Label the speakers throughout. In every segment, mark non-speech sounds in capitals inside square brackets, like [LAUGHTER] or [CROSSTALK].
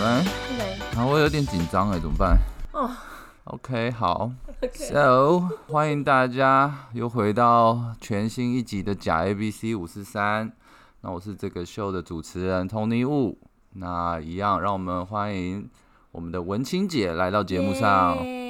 Speaker 1: 啊有点紧张哎，怎么办
Speaker 2: 哦
Speaker 1: ？OK，好
Speaker 2: OK，
Speaker 1: ，So 欢迎大家又回到全新一集的假 ABC 五四三。那我是这个秀的主持人 Tony Wu。那一样，让我们欢迎我们的文青姐来到节目上。
Speaker 2: 耶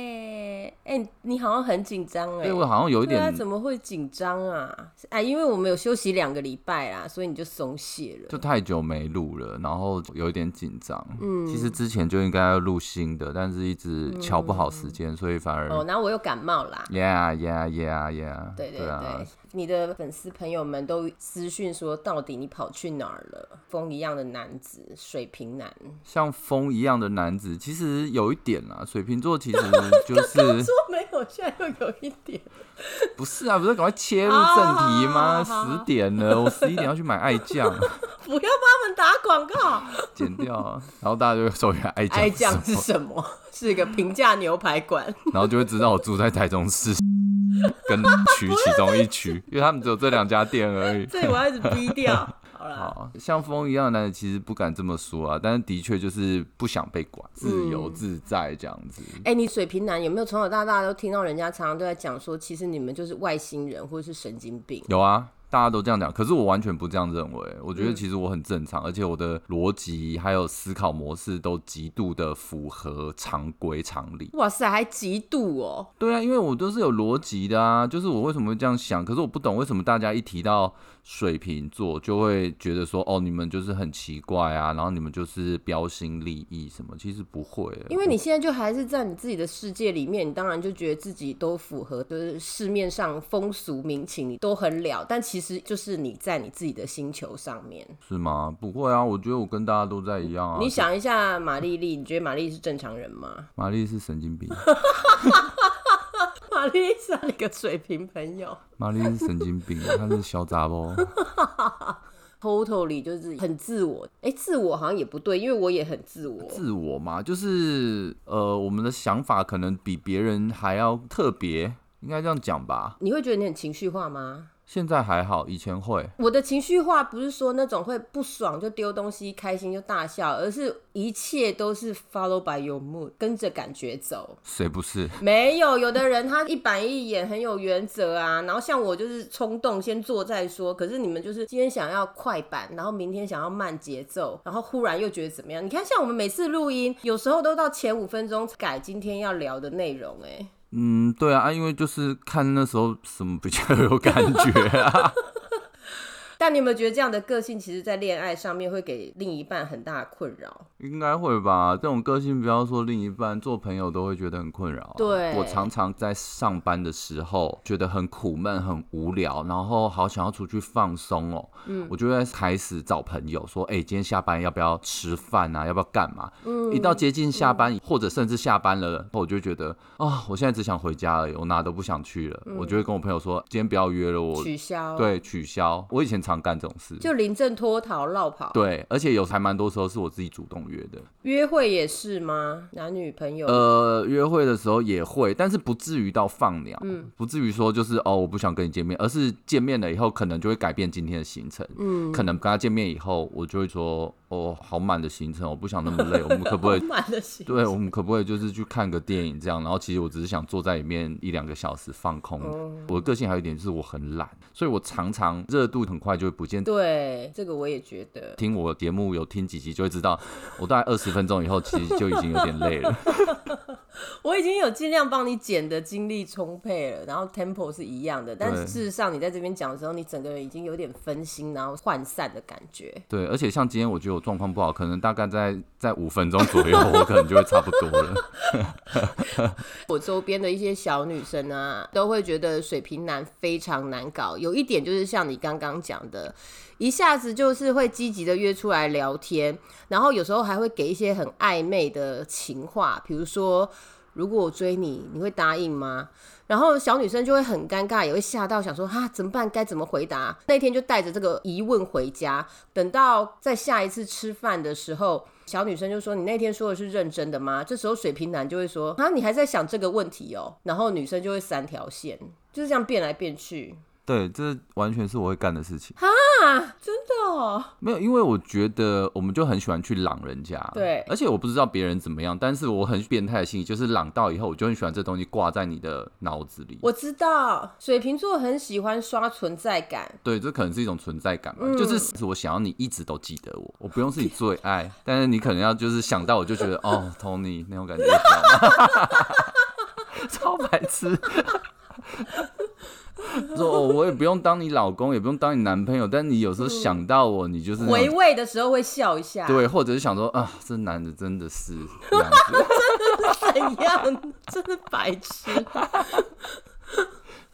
Speaker 2: 哎、你好像很紧张哎。
Speaker 1: 对我好像有一
Speaker 2: 对啊，
Speaker 1: 点，
Speaker 2: 怎么会紧张啊？啊，因为我们有休息两个礼拜啦，所以你就松懈了。
Speaker 1: 就太久没录了，然后有一点紧张。嗯，其实之前就应该要录新的，但是一直瞧不好时间，所以反而
Speaker 2: 嗯哦，然后我又感冒啦。
Speaker 1: Yeah, yeah, yeah, yeah。
Speaker 2: 对对
Speaker 1: 对
Speaker 2: 对，
Speaker 1: 啊，
Speaker 2: 你的粉丝朋友们都私讯说，到底你跑去哪儿了？风一样的男子，水瓶男， [LAUGHS]
Speaker 1: 像风一样的男子，其实有一点啦。水瓶座
Speaker 2: [LAUGHS]
Speaker 1: 其实就是
Speaker 2: 说没有，现在又有一点。
Speaker 1: 不是啊？不是赶快切入正
Speaker 2: 哦好
Speaker 1: 题吗？
Speaker 2: 好好好
Speaker 1: 十点了，我十一点要去买爱酱， [LAUGHS]
Speaker 2: 不要帮他们打广告。
Speaker 1: 剪掉啊，然后大家就会说原来爱酱
Speaker 2: 爱
Speaker 1: 是什么
Speaker 2: 酱是什么？是一个平价牛排馆。 [LAUGHS]
Speaker 1: 然后就会知道我住在台中市跟区其中一区，因为他们只有这两家店而已。
Speaker 2: 这里我要一直逼掉。好啦，
Speaker 1: 好像风一样的男人其实不敢这么说啊，但是的确就是不想被管，自
Speaker 2: 嗯
Speaker 1: 由自在这样子。
Speaker 2: 哎、你水瓶男有没有从小到大都听到人家常常都在讲说，其实你们就是外星人或者是神经病？
Speaker 1: 有啊，大家都这样讲，可是我完全不这样认为。我觉
Speaker 2: 嗯
Speaker 1: 得其实我很正常，而且我的逻辑还有思考模式都极度的符合常规常理。
Speaker 2: 哇塞，还极度哦！
Speaker 1: 对啊，因为我都是有逻辑的啊，就是我为什么会这样想，可是我不懂为什么大家一提到水瓶座就会觉得说，哦，你们就是很奇怪啊，然后你们就是标新立异什么，其实不会欸、
Speaker 2: 因为你现在就还是在你自己的世界里面，你当然就觉得自己都符合，就是市面上风俗民情你都很了，但其实就是你在你自己的星球上面。
Speaker 1: 是吗？不会啊，我觉得我跟大家都在一样啊。
Speaker 2: 你想一下玛丽丽，你觉得玛丽丽是正常人吗？ [LAUGHS]
Speaker 1: 玛丽是神经病，
Speaker 2: 玛丽丽是她的一个水瓶朋友。
Speaker 1: 玛丽是神经病，她是小杂包。
Speaker 2: totally 就是很自我，哎、自我好像也不对，因为我也很自我。
Speaker 1: 自我嘛，就是呃，我们的想法可能比别人还要特别，应该这样讲吧。
Speaker 2: 你会觉得你很情绪化吗？
Speaker 1: 现在还好，以前会。
Speaker 2: 我的情绪化不是说那种会不爽就丢东西，开心就大笑，而是一切都是 follow by your mood，跟着感觉走。
Speaker 1: 谁不是？
Speaker 2: 没有，有的人他一板一眼，很有原则啊。然后像我就是冲动，先做再说。可是你们就是今天想要快板，然后明天想要慢节奏，然后忽然又觉得怎么样？你看，像我们每次录音，有时候都到前五分钟改今天要聊的内容、哎。
Speaker 1: 嗯，对啊，啊因为就是看那时候什么比较有感觉啊。
Speaker 2: 但你有没有觉得这样的个性，其实在恋爱上面会给另一半很大的困扰？
Speaker 1: 应该会吧，这种个性不要说另一半，做朋友都会觉得很困扰啊、
Speaker 2: 对
Speaker 1: 我常常在上班的时候觉得很苦闷、很无聊，然后好想要出去放松哦。嗯，我就会开始找朋友说，哎、今天下班要不要吃饭啊？要不要干嘛？嗯，一到接近下班、
Speaker 2: 嗯
Speaker 1: 或者甚至下班了，我就觉得啊、我现在只想回家而已，我哪都不想去了。我就会跟我朋友说，今天不要约了，我
Speaker 2: 嗯取消，，
Speaker 1: 对取消。我以前常干这种事。
Speaker 2: 就临阵脱逃、绕跑。
Speaker 1: 对，而且有还蛮多时候是我自己主动约的，
Speaker 2: 约会也是吗？男女朋友？
Speaker 1: 呃，约会的时候也会，但是不至于到放鸟，不至于说就是哦我不想跟你见面，而是见面了以后可能就会改变今天的行程，嗯，可能跟他见面以后，我就会说哦好满的行程，我不想那么累，我们可不可以？
Speaker 2: [LAUGHS] 满的心。
Speaker 1: 对，我们可不可以就是去看个电影这样？然后其实我只是想坐在里面一两个小时放空。我的个性还有一点就是我很懒，所以我常常热度很快就会不见。
Speaker 2: 对，这个我也觉得。
Speaker 1: 听我节目有听几集就会知道，我大概二十分钟以后其实就已经有点累了。
Speaker 2: 我已经有尽量帮你减的精力充沛了，然后 tempo 是一样的，但
Speaker 1: 对
Speaker 2: 事实上你在这边讲的时候，你整个人已经有点分心，然后涣散的感觉。
Speaker 1: 对，而且像今天我觉得我状况不好，可能大概在在五分钟左右，我可能就会差不多了。 [LAUGHS]
Speaker 2: 我周边的一些小女生啊，都会觉得水瓶男非常难搞。有一点就是像你刚刚讲的，一下子就是会积极的约出来聊天，然后有时候还会给一些很暧昧的情话，比如说如果我追你，你会答应吗？然后小女生就会很尴尬，也会吓到，想说啊怎么办？该怎么回答？那天就带着这个疑问回家。等到在下一次吃饭的时候，小女生就说：“你那天说的是认真的吗？”这时候水瓶男就会说：“哦啊，你还在想这个问题哦。”然后女生就会三条线，就是这样变来变去。
Speaker 1: 对，这完全是我会干的事情。
Speaker 2: 啊，真的哦，
Speaker 1: 没有，因为我觉得我们就很喜欢去朗人家，
Speaker 2: 对
Speaker 1: 而且我不知道别人怎么样，但是我很变态的心理就是朗到以后，我就很喜欢这东西挂在你的脑子里。
Speaker 2: 我知道水瓶座很喜欢刷存在感，
Speaker 1: 对，这可能是一种存在感吧，就是我想要你一直都记得我，我不用是你最爱，但是你可能要就是想到我就觉得哦，Tony 那种感觉，你知道吗？超白痴。说哦，我也不用当你老公，也不用当你男朋友，但你有时候想到我，你就是那
Speaker 2: 回
Speaker 1: 种
Speaker 2: 味的时候会笑一下，
Speaker 1: 对，或者是想说啊，这男的真的是这样子，
Speaker 2: [LAUGHS] 怎样？真的白痴。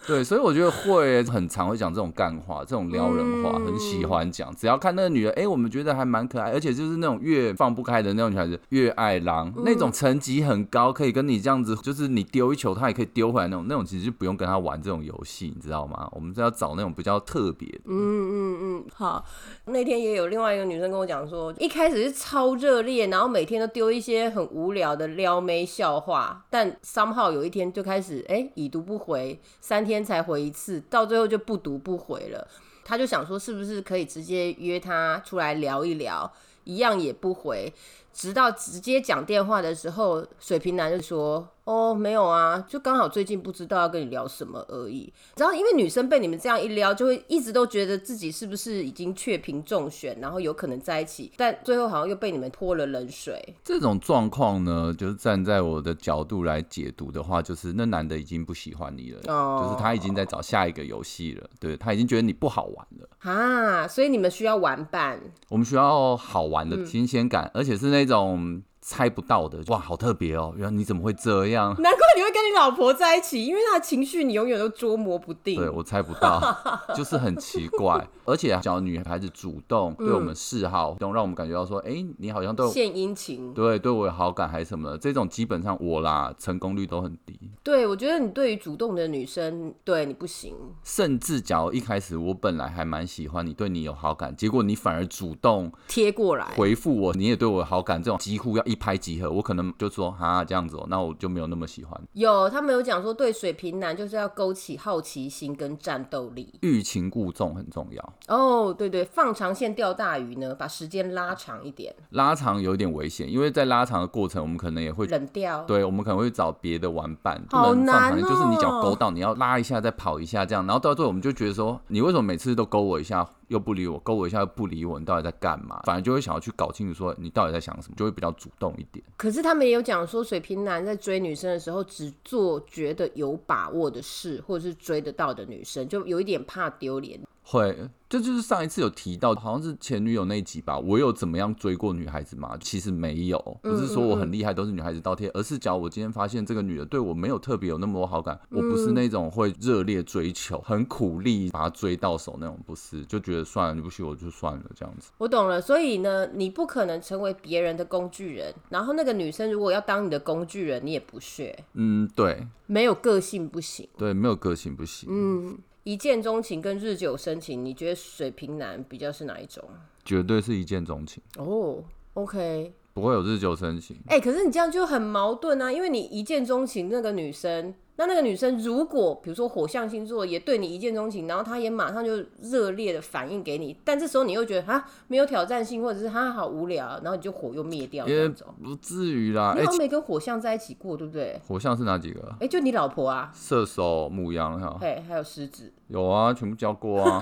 Speaker 1: 对，所以我觉得会很常会讲这种干话，这种撩人话，很喜欢讲。只要看那个女人，哎、我们觉得还蛮可爱，而且就是那种越放不开的那种女孩子，越爱狼，那种层级很高，可以跟你这样子，就是你丢一球，她也可以丢回来那种，那种其实就不用跟她玩这种游戏，你知道吗？我们是要找那种比较特别的，
Speaker 2: 好，那天也有另外一个女生跟我讲说，一开始是超热烈，然后每天都丢一些很无聊的撩妹笑话，但 somehow 有一天就开始哎、已读不回，三天才回一次，到最后就不读不回了。她就想说，是不是可以直接约她出来聊一聊，一样也不回，直到直接讲电话的时候，水瓶男就说：“哦，没有啊，就刚好最近不知道要跟你聊什么而已。”然后因为女生被你们这样一撩，就会一直都觉得自己是不是已经确评中选，然后有可能在一起，但最后好像又被你们泼了冷水。
Speaker 1: 这种状况呢，就是站在我的角度来解读的话，就是那男的已经不喜欢你了，
Speaker 2: 哦
Speaker 1: 就是他已经在找下一个游戏了，对他已经觉得你不好玩了。
Speaker 2: 啊，所以你们需要玩伴，
Speaker 1: 我们需要好玩的新鲜感，而且是那种猜不到的，哇，好特别哦！原来你怎么会这样？
Speaker 2: 难怪你会跟你老婆在一起，因为她的情绪你永远都捉摸不定。
Speaker 1: 对我猜不到，就是很奇怪。而且小女孩子主动对我们示好，都让我们感觉到说，哎、你好像对我
Speaker 2: 献殷勤，
Speaker 1: 对对我有好感还是什么的，这种基本上我啦成功率都很低。
Speaker 2: 对我觉得你对于主动的女生，对你不行，
Speaker 1: 甚至假如一开始我本来还蛮喜欢你，对你有好感，结果你反而主动
Speaker 2: 贴过来。
Speaker 1: 回复我，你也对我有好感，这种几乎要一拍即合，我可能就说哈这样子哦，那我就没有那么喜欢。
Speaker 2: 有，他们有讲说，对水瓶男就是要勾起好奇心跟战斗力。
Speaker 1: 欲擒故纵很重要，
Speaker 2: 哦、对对，放长线钓大鱼呢，把时间拉长一点，
Speaker 1: 拉长有点危险，因为在拉长的过程，我们可能也会。
Speaker 2: 冷钓。
Speaker 1: 对，我们可能会找别的玩伴，不
Speaker 2: 好
Speaker 1: 能放长
Speaker 2: 难
Speaker 1: 线，就是你
Speaker 2: 哦
Speaker 1: 脚勾到，你要拉一下，再跑一下，这样，然后到最后我们就觉得说，你为什么每次都勾我一下又不理我，勾我一下又不理我，你到底在干嘛？反而就会想要去搞清楚说你到底在想什么，就会比较主动一点。
Speaker 2: 可是他们也有讲说，水瓶男在追女生的时候，只做觉得有把握的事，或者是追得到的女生，就有一点怕丢脸。
Speaker 1: 会，这就是上一次有提到，好像是前女友那一集吧。我有怎么样追过女孩子吗？其实没有，
Speaker 2: 嗯
Speaker 1: 不是说我很厉害，都是女孩子倒贴，而是假如我今天发现这个女的对我没有特别有那么多好感，我不
Speaker 2: 嗯
Speaker 1: 是那种会热烈追求、很苦力把她追到手那种，不是，就觉得算了，你不喜欢我就算了这样子。
Speaker 2: 我懂了，所以呢，你不可能成为别人的工具人。然后那个女生如果要当你的工具人，你也不屑，
Speaker 1: 嗯，对
Speaker 2: 没有个性不行。
Speaker 1: 对，没有个性不行，嗯，
Speaker 2: 一见钟情跟日久生情，你觉得水瓶男比较是哪一种？
Speaker 1: 绝对是一见钟情，
Speaker 2: 哦、o k
Speaker 1: 不会有日久生情。
Speaker 2: 哎、可是你这样就很矛盾啊，因为你一见钟情那个女生，那那个女生如果比如说火象星座也对你一见钟情，然后她也马上就热烈的反应给你，但这时候你又觉得啊没有挑战性，或者是哈好无聊，然后你就火又灭掉
Speaker 1: 也
Speaker 2: 这种。
Speaker 1: 不至于啦，
Speaker 2: 你
Speaker 1: 哎、
Speaker 2: 好像没跟火象在一起过，对不对？
Speaker 1: 火象是哪几个？
Speaker 2: 哎、就你老婆啊，
Speaker 1: 射手、母羊哈，
Speaker 2: 嘿，还有狮子，
Speaker 1: 有啊，全部教过
Speaker 2: [LAUGHS]
Speaker 1: 啊。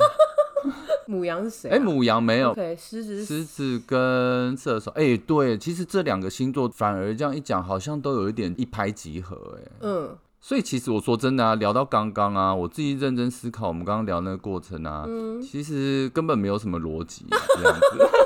Speaker 2: 母羊是谁、啊？
Speaker 1: 哎、母羊没有，
Speaker 2: ，OK，狮子是
Speaker 1: 狮子跟射手。哎、对，其实这两个星座反而这样一讲，好像都有一点一拍即合、哎，
Speaker 2: 嗯，
Speaker 1: 所以其实我说真的啊，聊到刚刚啊，我自己认真思考我们刚刚聊那个过程啊，其实根本没有什么逻辑、啊这样子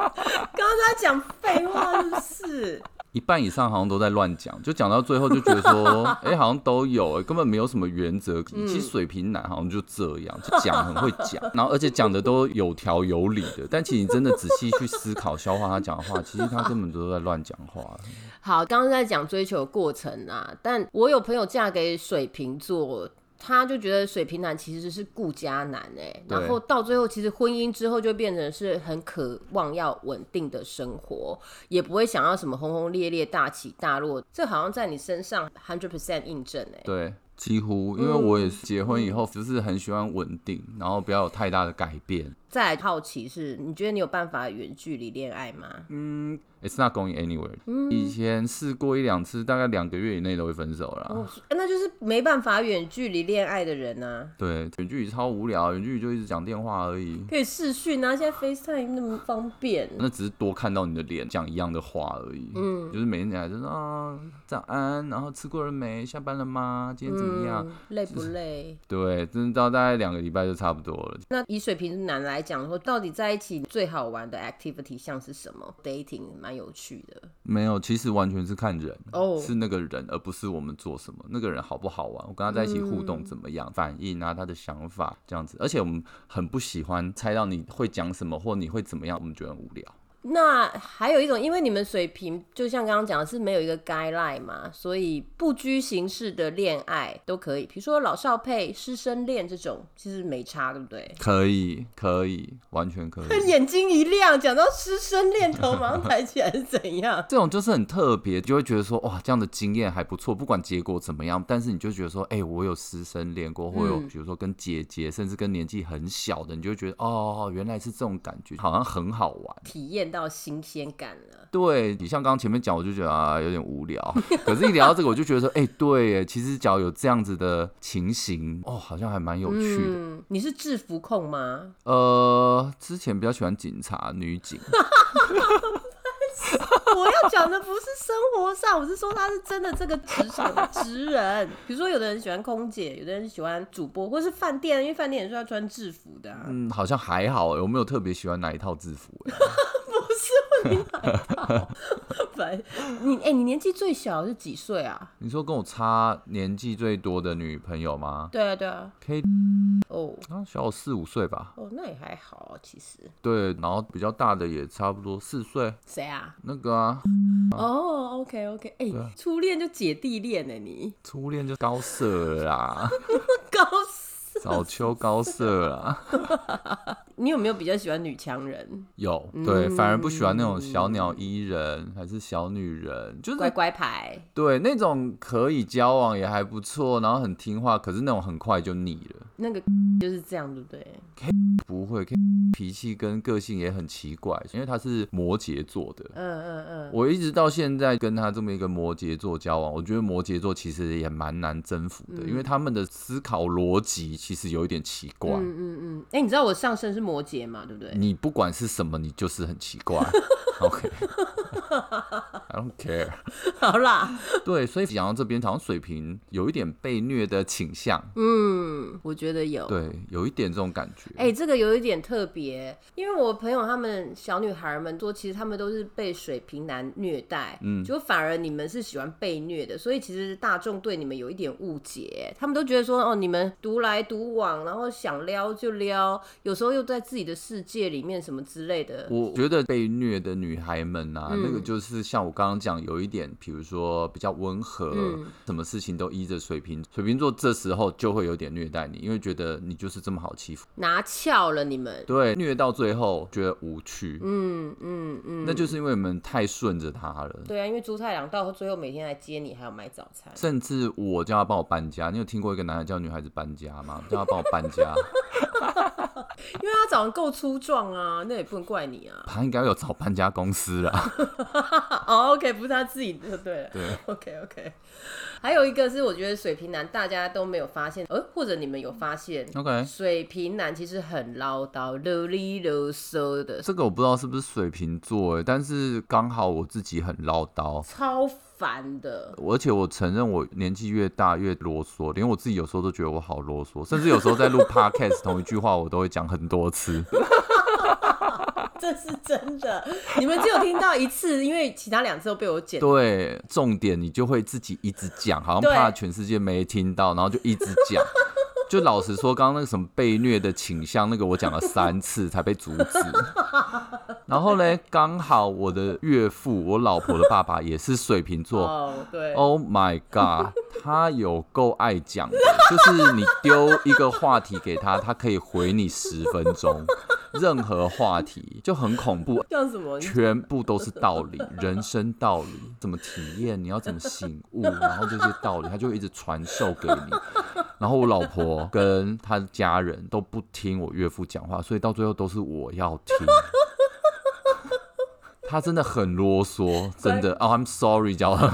Speaker 2: 刚刚在讲废话是不是？
Speaker 1: 一半以上好像都在乱讲，就讲到最后就觉得说，哎、好像都有、哎根本没有什么原则。其实水瓶男好像就这样，就讲很会讲，然后而且讲的都有条有理的。但其实你真的仔细去思考、消化他讲的话，其实他根本都在乱讲话。
Speaker 2: 好，刚刚在讲追求过程啊，但我有朋友嫁给水瓶座。他就觉得水瓶男其实是顾家男哎、
Speaker 1: 对
Speaker 2: 然后到最后其实婚姻之后就变成是很渴望要稳定的生活，也不会想要什么轰轰烈烈、大起大落，这好像在你身上 hundred percent 印证哎、
Speaker 1: 对，几乎，因为我也是结婚以后就是很喜欢稳定，然后不要有太大的改变。
Speaker 2: 再来好奇是，你觉得你有办法远距离恋爱吗？
Speaker 1: 嗯，It's not going anywhere。以前试过一两次，大概两个月以内都会分手啦。
Speaker 2: 哦，那就是没办法远距离恋爱的人啊呢、
Speaker 1: 对，远距离超无聊，远距离就一直讲电话而已，
Speaker 2: 可以视讯啊，现在 FaceTime 那么方便。
Speaker 1: 那只是多看到你的脸，讲一样的话而已。嗯，就是每天讲就是啊早安，然后吃过了没？下班了吗？今天怎么样？
Speaker 2: 嗯，累不累？
Speaker 1: 对，真的到大概两个礼拜就差不多了。
Speaker 2: 那以水瓶男来讲说，到底在一起最好玩的 activity 像是什么？dating 蛮有趣的
Speaker 1: 没有，其实完全是看人
Speaker 2: 哦
Speaker 1: 嗯是那个人，而不是我们做什么。那个人好不好玩，我跟他在一起互
Speaker 2: 嗯
Speaker 1: 动怎么样，反应啊，他的想法这样子。而且我们很不喜欢猜到你会讲什么或你会怎么样，我们觉得很无聊。
Speaker 2: 那还有一种，因为你们水平就像刚刚讲的是没有一个 guideline 嘛，所以不拘形式的恋爱都可以，比如说老少配、师生恋这种，其实没差，对不对？ [LAUGHS]
Speaker 1: 可以，可以，完全可以。
Speaker 2: 眼睛一亮，讲到师生恋，头马上抬起来是怎样？ [LAUGHS]
Speaker 1: 这种就是很特别，就会觉得说哇，这样的经验还不错，不管结果怎么样，但是你就觉得说，哎、我有师生恋过，或有
Speaker 2: 嗯
Speaker 1: 比如说跟姐姐，甚至跟年纪很小的，你就会觉得哦，原来是这种感觉，好像很好玩。
Speaker 2: 体验到新鲜感了。
Speaker 1: 对你像刚刚前面讲，我就觉得啊有点无聊， [LAUGHS] 可是一聊到这个，我就觉得说，哎、对耶，其实只要有这样子的情形，哦，好像还蛮有趣的。
Speaker 2: 嗯，你是制服控吗？
Speaker 1: 呃，之前比较喜欢警察、女警，
Speaker 2: 我要讲的不是生活上，我是说他是真的这个职场的职人。比如说，有的人喜欢空姐，有的人喜欢主播，或是饭店，啊因为饭店也是要穿制服的、啊。
Speaker 1: 嗯，好像还好耶，我没有特别喜欢哪一套制服耶。
Speaker 2: [LAUGHS] 反正你哎、你年纪最小是几岁啊？
Speaker 1: 你说跟我差年纪最多的女朋友吗？
Speaker 2: 对啊，对啊。
Speaker 1: K
Speaker 2: 哦
Speaker 1: 啊，小我四五岁吧，
Speaker 2: 哦，那也还好啊，其实。
Speaker 1: 对，然后比较大的也差不多四岁，
Speaker 2: 谁啊？
Speaker 1: 那个啊，
Speaker 2: 哦，OK，OK、o k OK，哎、初恋就姐弟恋呢、你
Speaker 1: 初恋就高色了啦，
Speaker 2: 高四
Speaker 1: 早秋高色啦，
Speaker 2: 你有没有比较喜欢女强人、
Speaker 1: 有对，反而不喜欢那种小鸟依人，还是小女人，就是
Speaker 2: 乖乖牌？
Speaker 1: 对那种可以交往也还不错，然后很听话，可是那种很快就腻了，
Speaker 2: 那个就是这样，对不对？
Speaker 1: 不会，脾气跟个性也很奇怪，因为他是摩羯座的，
Speaker 2: 嗯嗯嗯，
Speaker 1: 我一直到现在跟他这么一个摩羯座交往，我觉得摩羯座其实也蛮难征服的，因为他们的思考逻辑其实有一点奇怪。
Speaker 2: 嗯嗯嗯。哎、你知道我上身是摩羯嘛，对不对？
Speaker 1: 你不管是什么，你就是很奇
Speaker 2: [LAUGHS]
Speaker 1: 怪。OK，I、don't care。 [LAUGHS]
Speaker 2: 好啦，
Speaker 1: 对，所以讲到这边，好像水瓶有一点被虐的倾向，
Speaker 2: 嗯，我觉得有。
Speaker 1: 对，有一点这种感觉。
Speaker 2: 哎、这个有一点特别，因为我朋友他们小女孩们说，其实他们都是被水瓶男虐待，嗯，就反而你们是喜欢被虐的，所以其实大众对你们有一点误解，他们都觉得说，哦，你们独来独往，然后想撩就撩，有时候又在自己的世界里面什么之类的，
Speaker 1: 我觉得被虐的女孩们啊，那
Speaker 2: 嗯
Speaker 1: 个就是像我刚刚讲，有一点，比如说比较温和，
Speaker 2: 嗯
Speaker 1: 什么事情都依着水瓶，水瓶座这时候就会有点虐待你，因为觉得你就是这么好欺负，
Speaker 2: 拿翘了你们，
Speaker 1: 对，虐到最后觉得无趣，
Speaker 2: 嗯嗯嗯，
Speaker 1: 那就是因为我们太顺着他了。
Speaker 2: 对啊，因为朱太郎到最后每天来接你，还要买早餐，
Speaker 1: 甚至我叫他帮我搬家，你有听过一个男孩叫女孩子搬家吗？叫他帮我搬家，
Speaker 2: 因为他长得够粗壮啊，那也不能怪你啊。
Speaker 1: 他应该有找搬家公司啦。
Speaker 2: [LAUGHS] 哦、o k 不是他自己的，对了。
Speaker 1: 对，
Speaker 2: OK OK，还有一个是我觉得水瓶男大家都没有发现，呃，或者你们有发现
Speaker 1: OK
Speaker 2: 水瓶男其实很唠叨，啰里啰嗦的，
Speaker 1: 这个我不知道是不是水瓶座欸，但是刚好我自己很唠叨，
Speaker 2: 超烦的。 [LAUGHS]
Speaker 1: 而且我承认，我年纪越大越啰嗦，连我自己有时候都觉得我好啰嗦，甚至有时候在录 [LAUGHS] podcast 同一句话，我都会讲很多次。
Speaker 2: 这是真的，你们只有听到一次，因为其他两次都被我
Speaker 1: [LAUGHS]
Speaker 2: 剪。
Speaker 1: 对，重点你就会自己一直讲，好像
Speaker 2: 对
Speaker 1: 怕全世界没听到，然后就一直讲。就老实说，刚刚那个什么被虐的倾向，那个我讲了三次才被阻止。然后嘞，刚好我的岳父，我老婆的爸爸也是水瓶座，
Speaker 2: 哦，对，
Speaker 1: Oh my god，他有够爱讲的，就是你丢一个话题给他，他可以回你十分钟。任何话题，就很恐怖。
Speaker 2: 像什么？
Speaker 1: 全部都是道理，人生道理，怎么体验，你要怎么醒悟，然后这些道理，他就一直传授给你。然后我老婆跟她的家人都不听我岳父讲话，所以到最后都是我要听。他真的很啰嗦，真的。哦、i m sorry，叫他。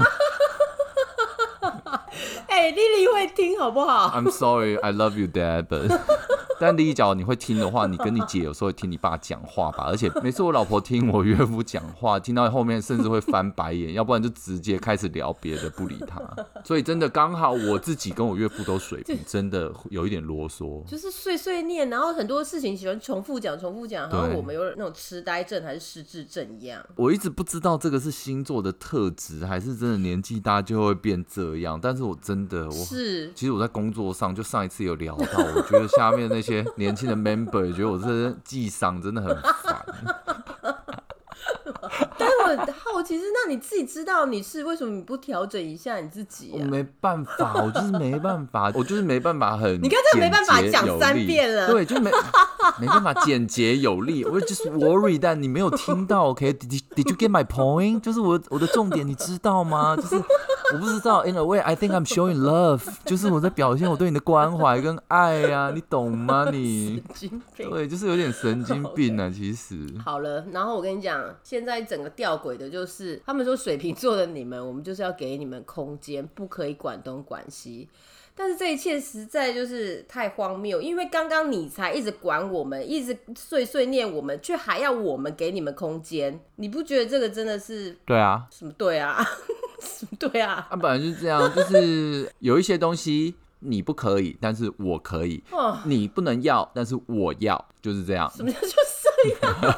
Speaker 2: 哎、丽丽会听好不好？
Speaker 1: I'm sorry, I love you, Dad. But [LAUGHS] 但第一角你会听的话，你跟你姐有时候会听你爸讲话吧。而且每次我老婆听我岳父讲话，听到后面甚至会翻白眼，要不然就直接开始聊别的，不理
Speaker 2: [LAUGHS]
Speaker 1: 他。所以真的刚好我自己跟我岳父都水平，真的有一点啰嗦。
Speaker 2: 就是碎碎念，然后很多事情喜欢重复讲、重复讲，好像
Speaker 1: 对
Speaker 2: 我们有那种痴呆症还是失智症一样。
Speaker 1: 我一直不知道这个是星座的特质，还是真的年纪大就会变这样。但是我真的我
Speaker 2: 是，
Speaker 1: 其实我在工作上，就上一次有聊到，我觉得下面那些年轻的 member 觉得我这记上真的很烦。
Speaker 2: 但是我好奇是，那你自己知道你是为什么你不调整一下你自己、
Speaker 1: 我
Speaker 2: 啊？
Speaker 1: 没办
Speaker 2: [LAUGHS]
Speaker 1: 法，我就是没办法，我就是没办法很。
Speaker 2: 你刚才没办法讲三遍了
Speaker 1: 对，就
Speaker 2: [LAUGHS]
Speaker 1: 没没办法简洁有力。我 just worry，但你没有听到，OK？Did、you- [LAUGHS] Did you get my point？就是我我的重点，你知道吗？就是我不知道。In a way, I think I'm showing love，就是 [LAUGHS] 我在表现我对你的关怀跟爱呀、啊，你懂吗？你
Speaker 2: [LAUGHS] 精病。
Speaker 1: 对，就是有点神经病啊，其实。
Speaker 2: 好了，然后我跟你讲，现在整个吊诡的就是，他们说水瓶座的你们，我们就是要给你们空间，不可以管东管西。但是这一切实在就是太荒谬，因为刚刚你才一直管我们，一直碎碎念我们，却还要我们给你们空间，你不觉得这个真的是
Speaker 1: 对啊，
Speaker 2: 什么对啊？ [LAUGHS] 什么对啊？
Speaker 1: 啊，本来就是这样，就是有一些东西你不可以，但是我可以；
Speaker 2: 哦，
Speaker 1: 你不能要，但是我要，就是这样。
Speaker 2: 什么叫就这 [LAUGHS] 样？刚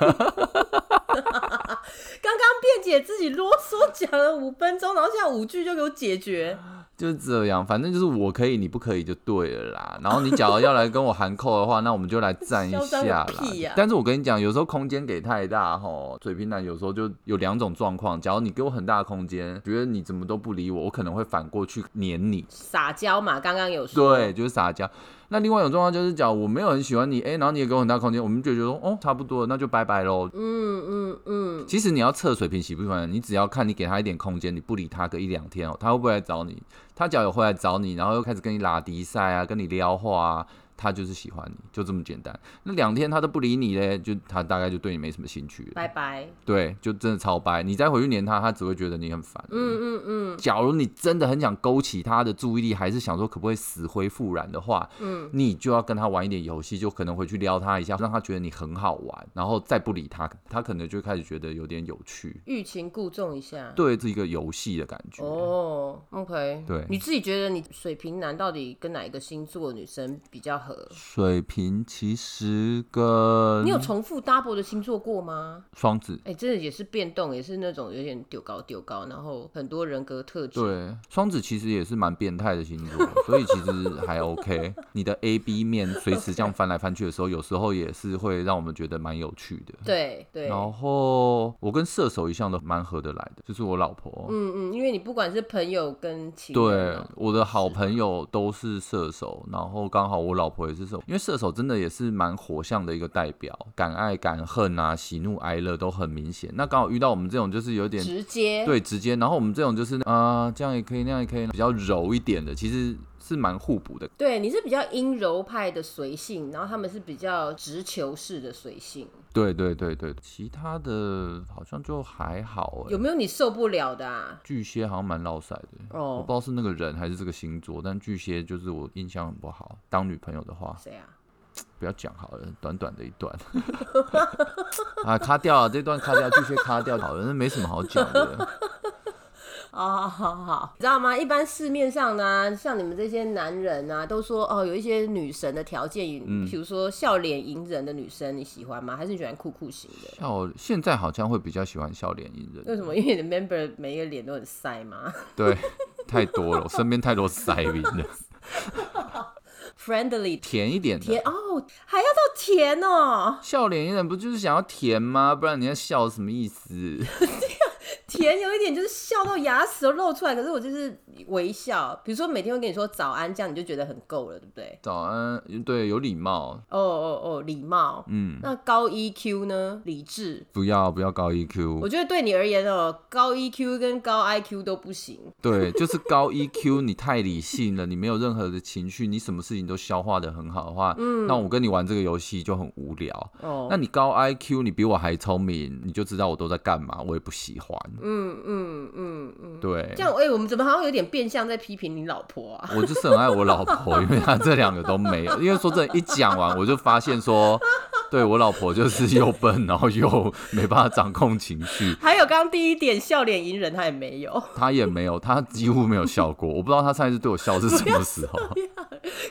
Speaker 2: 刚辩解自己啰嗦讲了五分钟，然后现在五句就给我解决。
Speaker 1: 就是这样，反正就是我可以，你不可以就对了啦。然后你假如要来跟我含扣的话，那我们就来战一下啦
Speaker 2: 嚣张个屁呀。
Speaker 1: 但是我跟你讲，有时候空间给太大吼，水瓶男有时候就有两种状况。假如你给我很大的空间，觉得你怎么都不理我，我可能会反过去黏你，
Speaker 2: 撒娇嘛，刚刚有说。
Speaker 1: 对，就是撒娇。那另外一种状况就是讲我没有很喜欢你，哎、然后你也给我很大空间，我们就觉得说哦，差不多了，那就拜拜喽。
Speaker 2: 嗯嗯嗯，
Speaker 1: 其实你要测水平喜不喜欢，你只要看你给他一点空间，你不理他个一两天哦，他会不会来找你？他假如会来找你，然后又开始跟你拉迪赛啊，跟你撩话啊，他就是喜欢你，就这么简单。那两天他都不理你嘞，就他大概就对你没什么兴趣了。
Speaker 2: 拜拜。
Speaker 1: 对，就真的超掰。你再回去黏他，他只会觉得你很烦。
Speaker 2: 嗯嗯嗯，
Speaker 1: 假如你真的很想勾起他的注意力，还是想说可不可以死灰复燃的话，嗯，你就要跟他玩一点游戏，就可能回去撩他一下，让他觉得你很好玩，然后再不理他，他可能就开始觉得有点有趣，
Speaker 2: 欲擒故纵一下。
Speaker 1: 对，是一个游戏的感觉。
Speaker 2: 哦、o k
Speaker 1: 对
Speaker 2: 你自己觉得你水瓶男到底跟哪一个星座的女生比较合？
Speaker 1: 水瓶其实跟嗯
Speaker 2: 你有重复 double 的星座过吗？
Speaker 1: 双子，
Speaker 2: 哎、真的也是变动，也是那种有点丢高丢高，然后很多人格特质。
Speaker 1: 对，双子其实也是蛮变态的星座，所以其实还 OK。你 [LAUGHS] 的 A B 面随时这样翻来翻去的时候，有时候也是会让我们觉得蛮有趣的。
Speaker 2: 对对，
Speaker 1: 然后我跟射手一向都蛮合得来的，就是我老婆。
Speaker 2: 嗯嗯，因为你不管是朋友跟情人哦
Speaker 1: 对
Speaker 2: 嘛，，
Speaker 1: 我的好朋友都是射手，然后刚好我老婆也是射手，因为射手真的也是蛮火象的一个代表，敢爱敢恨啊，喜怒哀乐都很明显。那刚好遇到我们这种就是有点
Speaker 2: 直接
Speaker 1: 对直接，然后我们这种就是啊、这样也可以，那样也可以，比较柔一点的，其实是蛮互补的。
Speaker 2: 对，你是比较阴柔派的随性，然后他们是比较直球式的随性。
Speaker 1: 对对对对，其他的好像就还好哎、
Speaker 2: 有没有你受不了的啊？
Speaker 1: 巨蟹好像蛮落塞的，我
Speaker 2: 哦
Speaker 1: 不知道是那个人还是这个星座，但巨蟹就是我印象很不好。当女朋友的话，
Speaker 2: 谁啊？
Speaker 1: 不要讲好了，短短的一段 [LAUGHS] 啊，卡掉了这段，卡掉，巨蟹卡掉好了，那没什么好讲的。
Speaker 2: 哦，好好好，你知道吗？一般市面上呢、像你们这些男人啊，都说哦，有一些女神的条件，
Speaker 1: 嗯
Speaker 2: 比如说笑脸迎人的女生，你喜欢吗？还是你喜欢酷酷型的？
Speaker 1: 笑，现在好像会比较喜欢笑脸迎
Speaker 2: 为
Speaker 1: 人，
Speaker 2: 什么？因为你的 member 每一个脸都很晒吗 [LAUGHS]
Speaker 1: 对，太多了，我身边太多塞宾了，
Speaker 2: ？Friendly
Speaker 1: 甜一点
Speaker 2: 甜
Speaker 1: 的。
Speaker 2: 哦，还要到甜哦，
Speaker 1: 笑脸迎人不就是想要甜吗？不然你在笑什么意思？
Speaker 2: 甜有一点就是笑到牙齿都露出来，可是我就是微笑，比如说每天会跟你说早安，这样你就觉得很够了，对不对？
Speaker 1: 早安，嗯对，有礼貌，
Speaker 2: 哦哦哦，礼貌。嗯，那高 EQ 呢？理智。
Speaker 1: 不要不要高 E
Speaker 2: 我
Speaker 1: EQ，
Speaker 2: 觉得对你而言哦，高 EQ 跟高 IQ 都不行。
Speaker 1: 对，就是高 EQ，你太理性了，你没有任何的情绪，你什么事情都消化的很好的话，
Speaker 2: 嗯
Speaker 1: 那我跟你玩这个游戏就很无聊。
Speaker 2: 哦，
Speaker 1: 那你高 IQ，你比我还聪明，你就知道我都在干嘛，我也不喜欢。
Speaker 2: 嗯嗯嗯嗯，
Speaker 1: 对
Speaker 2: 这，样哎、我们怎么好像有点变相在批评你老婆啊？ [LAUGHS]
Speaker 1: 我就是很爱我老婆，因为她这两个都没有。 [LAUGHS] 因为说真的，一讲完我就发现说，对我老婆就是又笨，然后又没办法掌控情绪，
Speaker 2: [LAUGHS] 还有刚刚第一点笑脸迎人，他也没有， [LAUGHS]
Speaker 1: 她也没有，她几乎没有笑过。我不知道她上一次对我笑是什么时候。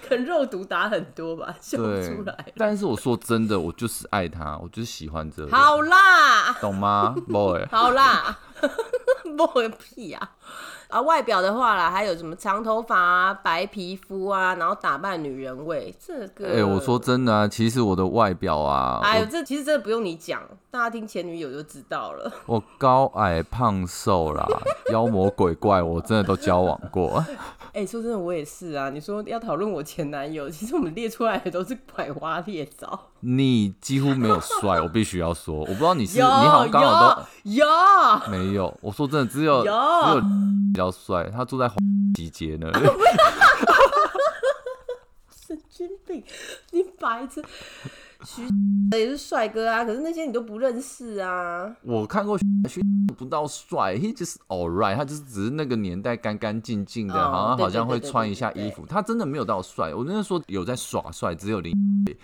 Speaker 2: 可能肉毒打很多吧，笑 [LAUGHS] 不
Speaker 1: 对
Speaker 2: 出来，。
Speaker 1: 但是我说真的，我就是爱她，我就是喜欢这个，
Speaker 2: 好啦，
Speaker 1: 懂吗，boy？
Speaker 2: [LAUGHS] 好啦， [LAUGHS] 摸个屁啊！啊，外表的话啦，还有什么长头发啊、白皮肤啊，然后打扮女人味，这个，
Speaker 1: 哎、我说真的啊，其实我的外表啊，
Speaker 2: 哎呦，这其实真的不用你讲，大家听前女友就知道了。 [LAUGHS]
Speaker 1: 我我高矮胖瘦啦， [LAUGHS] 妖魔鬼怪，我真的都交往过。
Speaker 2: 哎、说真的，我也是啊。你说要讨论我前男友，其实我们列出来的都是拐瓜裂枣。
Speaker 1: 你几乎没有帅，我必须要说，我不知道你是你好像刚好
Speaker 2: 有有，
Speaker 1: 都没有。我说真的，只有只
Speaker 2: 有
Speaker 1: 有比较帅，他住在 [LAUGHS] 黄集街呢。 [LAUGHS]
Speaker 2: 神经病，你白痴。
Speaker 1: [LAUGHS]
Speaker 2: 徐也是帅哥啊，可是那些你都不认识啊。
Speaker 1: 我看过去不到帅，he just alright，他就是只是那个年代干干净净的，
Speaker 2: 哦
Speaker 1: 好像
Speaker 2: 对
Speaker 1: 好像
Speaker 2: 对
Speaker 1: 会
Speaker 2: 对
Speaker 1: 穿
Speaker 2: 对
Speaker 1: 一下
Speaker 2: 对
Speaker 1: 衣服，他真的没有到帅。我那时候有在耍帅，只有林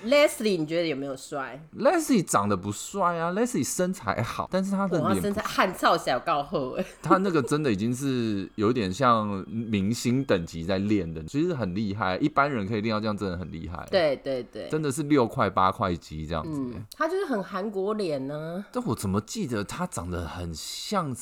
Speaker 2: Leslie，你觉得有没有帅？
Speaker 1: Leslie 长得不帅啊，Leslie 身材好，但是他的
Speaker 2: 哇，他
Speaker 1: 脸
Speaker 2: 身
Speaker 1: 不
Speaker 2: 材汗臭小告后
Speaker 1: [LAUGHS]
Speaker 2: 哎。
Speaker 1: 他那个真的已经是有点像明星等级在练的，其实很厉害，一般人可以练到这样，真的很厉害。，
Speaker 2: 对对对，
Speaker 1: 真的是六块八块肌这样子。
Speaker 2: 嗯，他就是很韩国脸呢、
Speaker 1: 但我怎么记得他长得很像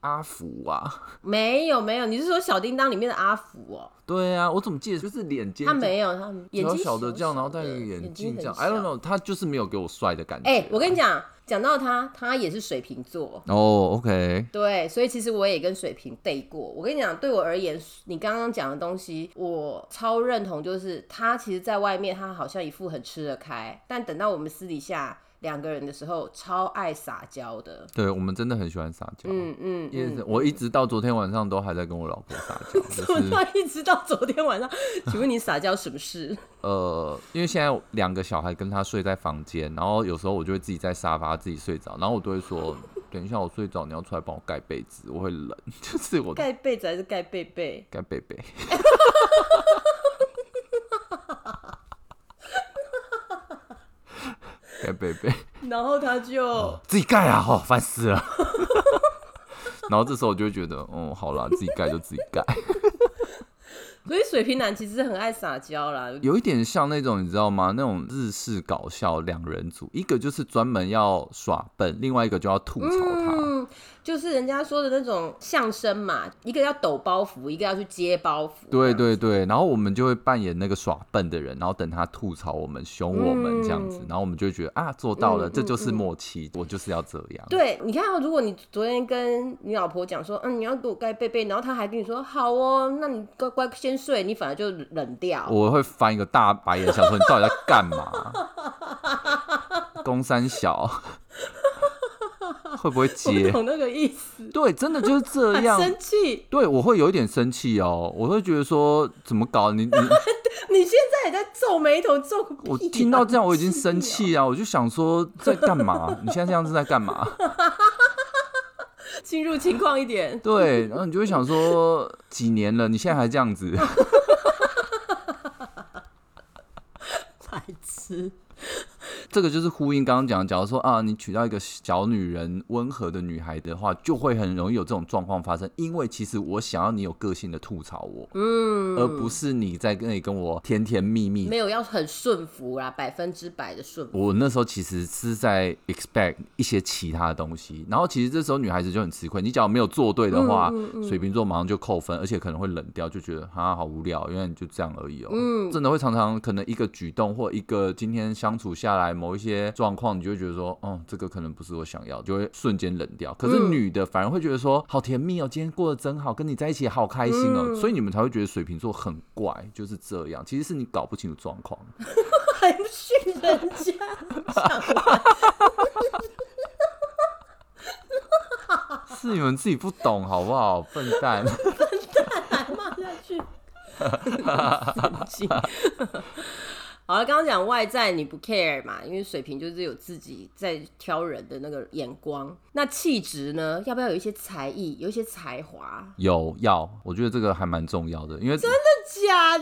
Speaker 1: 阿福啊？
Speaker 2: 没有没有，你是说小叮当里面的阿福哦、
Speaker 1: 对啊，我怎么记得就是脸尖，
Speaker 2: 他没有，他眼
Speaker 1: 小
Speaker 2: 睛
Speaker 1: 小的这样，然后
Speaker 2: 小
Speaker 1: 戴个
Speaker 2: 的
Speaker 1: 眼
Speaker 2: 睛
Speaker 1: 镜这样。
Speaker 2: 很
Speaker 1: I don't
Speaker 2: 小
Speaker 1: know，他啊就是没有给我帅的感觉。
Speaker 2: 哎、我跟你讲，讲到他，他也是水瓶座，
Speaker 1: 哦，OK，
Speaker 2: 对，所以其实我也跟水瓶对过。我跟你讲，对我而言，你刚刚讲的东西，我超认同，就是他其实在外面他好像一副很吃得开，但等到我们私底下两个人的时候，超爱撒娇的。
Speaker 1: 对我们真的很喜欢撒娇。
Speaker 2: 嗯嗯，
Speaker 1: 也是，我一直到昨天晚上都还在跟我老婆撒
Speaker 2: [LAUGHS]
Speaker 1: 娇，就
Speaker 2: 我
Speaker 1: 是
Speaker 2: 到一直到昨天晚上， [LAUGHS] 请问你撒娇什么事？
Speaker 1: [LAUGHS] 呃，因为现在两个小孩跟他睡在房间，然后有时候我就会自己在沙发自己睡着，然后我都会说，等一下我睡着，你要出来帮我盖被子，我会冷， [LAUGHS] 就是我
Speaker 2: 盖被子还是盖被被？
Speaker 1: 盖被 [LAUGHS] 被。盖被被，
Speaker 2: 然后他就
Speaker 1: 自己盖啊！哦，烦死了。 [LAUGHS] 然后这时候我就会觉得，嗯，好啦，自己盖就自己盖，
Speaker 2: 所以水瓶男其实很爱撒娇啦，
Speaker 1: 有一点像那种你知道吗？那种日式搞笑两人组，一个就是专门要耍笨，另外一个就要吐槽他。
Speaker 2: 嗯，就是人家说的那种相声嘛，一个要抖包袱，一个要去接包袱。
Speaker 1: 对，对对，然后我们就会扮演那个耍笨的人，然后等他吐槽我们、凶我们这样子，然后我们就会觉得啊，做到了，
Speaker 2: 嗯
Speaker 1: 这就是默契，我就是要这样。
Speaker 2: 对，你看哦，如果你昨天跟你老婆讲说，嗯，你要给我盖被被，然后她还跟你说好哦，那你乖乖先睡，你反而就冷 [LAUGHS] 掉。
Speaker 1: 我会翻一个大白眼，想说你到底在干嘛？公三小
Speaker 2: [LAUGHS]
Speaker 1: 会不会
Speaker 2: 我
Speaker 1: 接？
Speaker 2: 懂那个意思，
Speaker 1: 对，真的就是这
Speaker 2: 很
Speaker 1: 样。
Speaker 2: 生气。
Speaker 1: 对，我会有一点生气哦，我会觉得说怎么搞 [LAUGHS] 你你
Speaker 2: 你现在也在皱眉头，皱个屁、啊！
Speaker 1: 我听到这样我已经生气啊，我就想说在干嘛？你现在这样是在干嘛？ [LAUGHS]
Speaker 2: 进入情况一点。
Speaker 1: 对，然后你就会想说，几年了，你现在还这样子？[LAUGHS]
Speaker 2: [LAUGHS] 白痴，
Speaker 1: 这个就是呼应刚刚讲的，假如说啊，你娶到一个小女人、温和的女孩的话，就会很容易有这种状况发生。因为其实我想要你有个性的吐槽我，
Speaker 2: 嗯，
Speaker 1: 而不是你在那里跟我甜甜蜜蜜。
Speaker 2: 没有要很顺服啦，百分之百的顺 [LAUGHS] 服。
Speaker 1: 我那时候其实是在 expect 一些其他的东西，然后其实这时候女孩子就很吃亏。你只要没有做对的话，水瓶座马上就扣分，而且可能会冷掉，就觉得啊好无聊，原来你就这样而已哦。真的会常常可能一个举动或一个今天相处下来某某一些状况，你就会觉得说，哦、这个可能不是我想要，就会瞬间冷掉。可是
Speaker 2: 嗯
Speaker 1: 女的反而会觉得说，好甜蜜哦，今天过得真好，跟你在一起好开心哦，所以你们才会觉得水瓶座很怪，就是这样。其实是你搞不清楚状况。
Speaker 2: 还训人家，
Speaker 1: 是你们自己不懂好不好， [LAUGHS] 笨蛋！
Speaker 2: 还骂下去，神经。 [LAUGHS] 好了，刚刚讲外在你不 care 嘛，因为水瓶就是有自己在挑人的那个眼光。那气质呢，要不要有一些才艺，有一些才华？
Speaker 1: 有要，我觉得这个还蛮重要的，因为
Speaker 2: 假
Speaker 1: 我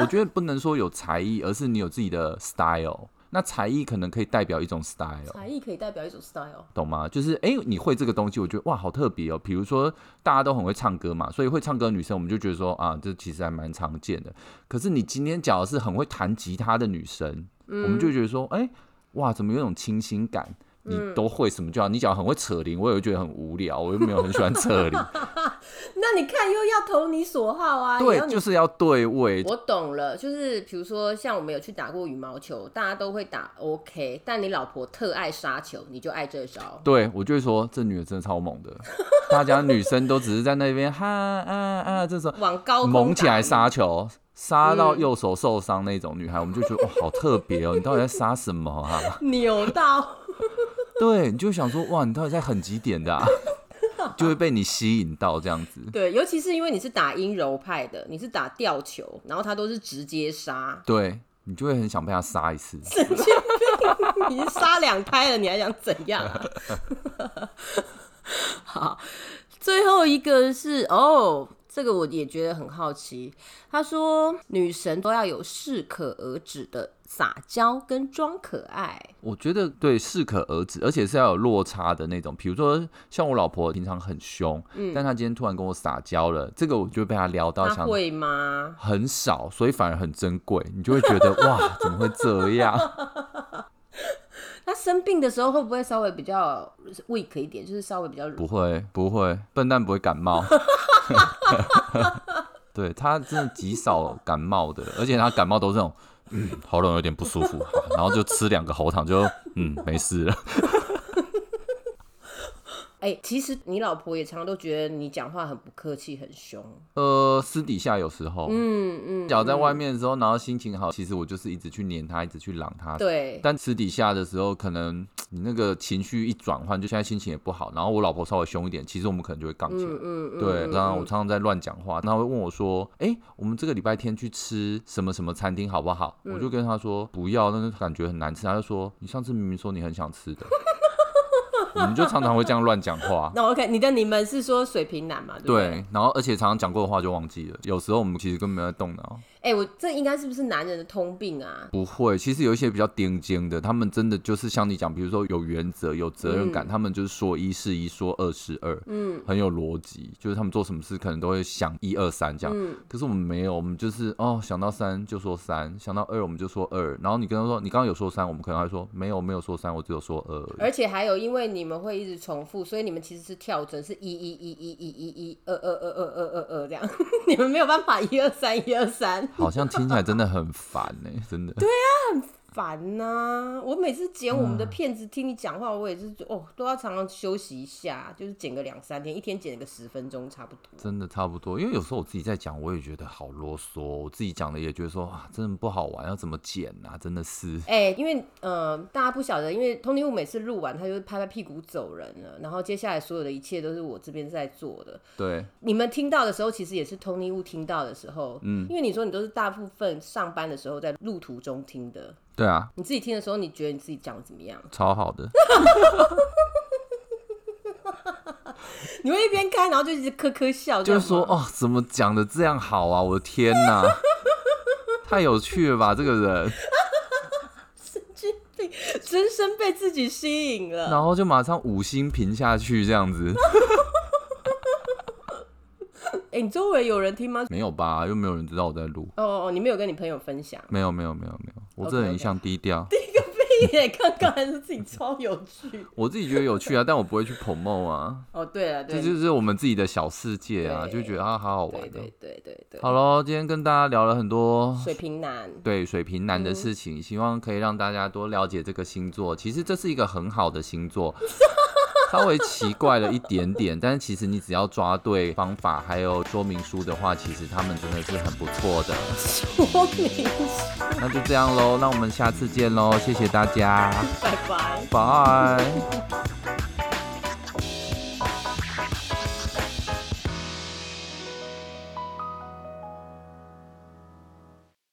Speaker 2: 的，
Speaker 1: 觉得不能说有才艺，而是你有自己的 style。那才艺可能可以代表一种 style，
Speaker 2: 才艺可以代表一种 style。
Speaker 1: 懂吗？就是哎、诶你会这个东西，我觉得哇，好特别哦。比如说大家都很会唱歌嘛，所以会唱歌的女生，我们就觉得说啊，这其实还蛮常见的。可是你今天讲的是很会弹吉他的女生，我们就觉得说，哎、哇，怎么有种清新感？你都会什么就好，你讲很会扯铃，我也会觉得很无聊，我又没有很喜欢扯铃。
Speaker 2: 那你看又要投你所好啊，也
Speaker 1: 对
Speaker 2: 要，你
Speaker 1: 就是要对位。
Speaker 2: 我懂了，就是比如说像我们有去打过羽毛球，大家都会打 OK，但你老婆特爱杀球，你就爱这招。
Speaker 1: 对，我就会说这女的真的超猛的，大家女生都只是在那边哈啊啊，这种
Speaker 2: 往高空
Speaker 1: 猛起来
Speaker 2: 打嗯
Speaker 1: 杀球，杀到右手受伤那种女孩，我们就觉得哇，好特别哦，你到底在杀什么啊？ [LAUGHS]
Speaker 2: 扭到，
Speaker 1: 对，你就想说哇，你到底在很几点的、啊， [LAUGHS] 就会被你吸引到这样子。，
Speaker 2: 对，尤其是因为你是打阴柔派的，你是打吊球，然后他都是直接杀
Speaker 1: 对。你就会很想被她杀一次，
Speaker 2: [LAUGHS] 你是杀两胎了，你还想怎样、 [LAUGHS] 啊？好，最后一个是哦，这个我也觉得很好奇。他说女神都要有适可而止的撒娇跟装可爱，
Speaker 1: 我觉得对适可而止，而且是要有落差的那种。比如说，像我老婆平常很凶，但她今天突然跟我撒娇了，这个我就被她撩到，
Speaker 2: 他
Speaker 1: 想
Speaker 2: 会吗？
Speaker 1: 很少，所以反而很珍贵，你就会觉得哇，怎么会这样？ [LAUGHS]
Speaker 2: 他生病的时候会不会稍微比较 weak 一点，就是稍微比较
Speaker 1: 不会，不会，笨蛋不会感冒。 [LAUGHS] 对他真的极少感冒的，而且他感冒都是那种，嗯，喉咙有点不舒服，好然后就吃两个喉糖就，嗯，没事了。
Speaker 2: 哎、其实你老婆也常常都觉得你讲话很不客气、很凶。
Speaker 1: 呃，私底下有时候，
Speaker 2: 嗯嗯，
Speaker 1: 脚在外面的时候，然后心情好，其实我就是一直去黏他，一直去嚷他，
Speaker 2: 对，
Speaker 1: 啊但私底下的时候，可能你那个情绪一转换，就现在心情也不好，然后我老婆稍微凶一点，其实我们可能就会杠起来。
Speaker 2: 嗯嗯
Speaker 1: 对，然后我常常在乱讲话，然后会问我说：“哎、我们这个礼拜天去吃什么什么餐厅好不好？”
Speaker 2: 嗯
Speaker 1: 我就跟他说：“不要，那个感觉很难吃。”他就说：“你上次明明说你很想吃的。”我们就常常会这样乱讲话。
Speaker 2: 那 OK，你的你们是说水平男嘛？对不对？
Speaker 1: 对，然后而且常常讲过的话就忘记了，有时候我们其实根本没有在动脑。
Speaker 2: 哎、我这应该是不是男人的通病啊？
Speaker 1: 不会，其实有一些比较顶尖的，他们真的就是像你讲，比如说有原则、有责任感，他们就是说一是一，说二是二，嗯，很有逻辑，就是他们做什么事可能都会想一二三这样。可是我们没有，我们就是哦，想到三就说三，想到二我们就说二，然后你跟他说你刚刚有说三，我们可能还说没有没有说三，我只有说二
Speaker 2: [LAUGHS]
Speaker 1: 而已。
Speaker 2: 而且还有，因为你们会一直重复，所以你们其实是跳针，是一一一一一一一二二二二二二二这样， [LAUGHS] 你们没有办法一二三一二三，
Speaker 1: 好像听起来真的很烦呢、真的。
Speaker 2: 烦呐、我每次剪我们的片子，听你讲话，我也是哦，都要常常休息一下，就是剪个两三天，一天剪个十分钟差不多。
Speaker 1: 真的差不多，因为有时候我自己在讲，我也觉得好啰嗦，我自己讲的也觉得说啊，真的不好玩，要怎么剪啊？真的是。
Speaker 2: 哎、因为呃，大家不晓得，因为 Tony Wu 每次录完，他就拍拍屁股走人了，然后接下来所有的一切都是我这边在做的。
Speaker 1: 对，
Speaker 2: 你们听到的时候，其实也是 Tony Wu 听到的时候，嗯，因为你说你都是大部分上班的时候在路途中听的，
Speaker 1: [LAUGHS] 对啊，
Speaker 2: 你自己听的时候，你觉得你自己讲的怎么样？
Speaker 1: 超好的。
Speaker 2: 你会一边开，然后就一直咯咯笑，这
Speaker 1: 就
Speaker 2: 样
Speaker 1: 是
Speaker 2: 吗 [LAUGHS]
Speaker 1: 说，哦，怎么讲的这样好啊？我的天哪，太有趣了吧，这个人。
Speaker 2: 深深被自己吸引了。
Speaker 1: 然后就马上五星评下去，这样子
Speaker 2: 哎、你周围有人听吗？
Speaker 1: 没有吧？又没有人知道我在录。
Speaker 2: 哦哦，哦你没有跟你朋友分享， [LAUGHS]
Speaker 1: 没有没有没有没有，我
Speaker 2: OK，
Speaker 1: 这人
Speaker 2: OK
Speaker 1: 一向低调。
Speaker 2: 一个屁你也刚刚还是自己超有趣。
Speaker 1: 我自己觉得有趣啊，但我不会去捧梦啊，
Speaker 2: 哦，对了， [LAUGHS] 对
Speaker 1: 这就是我们自己的小世界啊，
Speaker 2: 对
Speaker 1: 就觉得啊，好好
Speaker 2: 对
Speaker 1: 玩的
Speaker 2: 对。对对对，
Speaker 1: 好喽，今天跟大家聊了很多
Speaker 2: 水瓶男， [LAUGHS]
Speaker 1: 对水瓶男的事情，希望可以让大家多了解这个星座。其实这是一个很好的星座，稍微奇怪了一点点，但是其实你只要抓对方法，还有说明书的话，其实他们真的是很不错的。
Speaker 2: 说明书，
Speaker 1: 那就这样喽，那我们下次见喽，谢谢大家，
Speaker 2: 拜拜。
Speaker 1: 拜。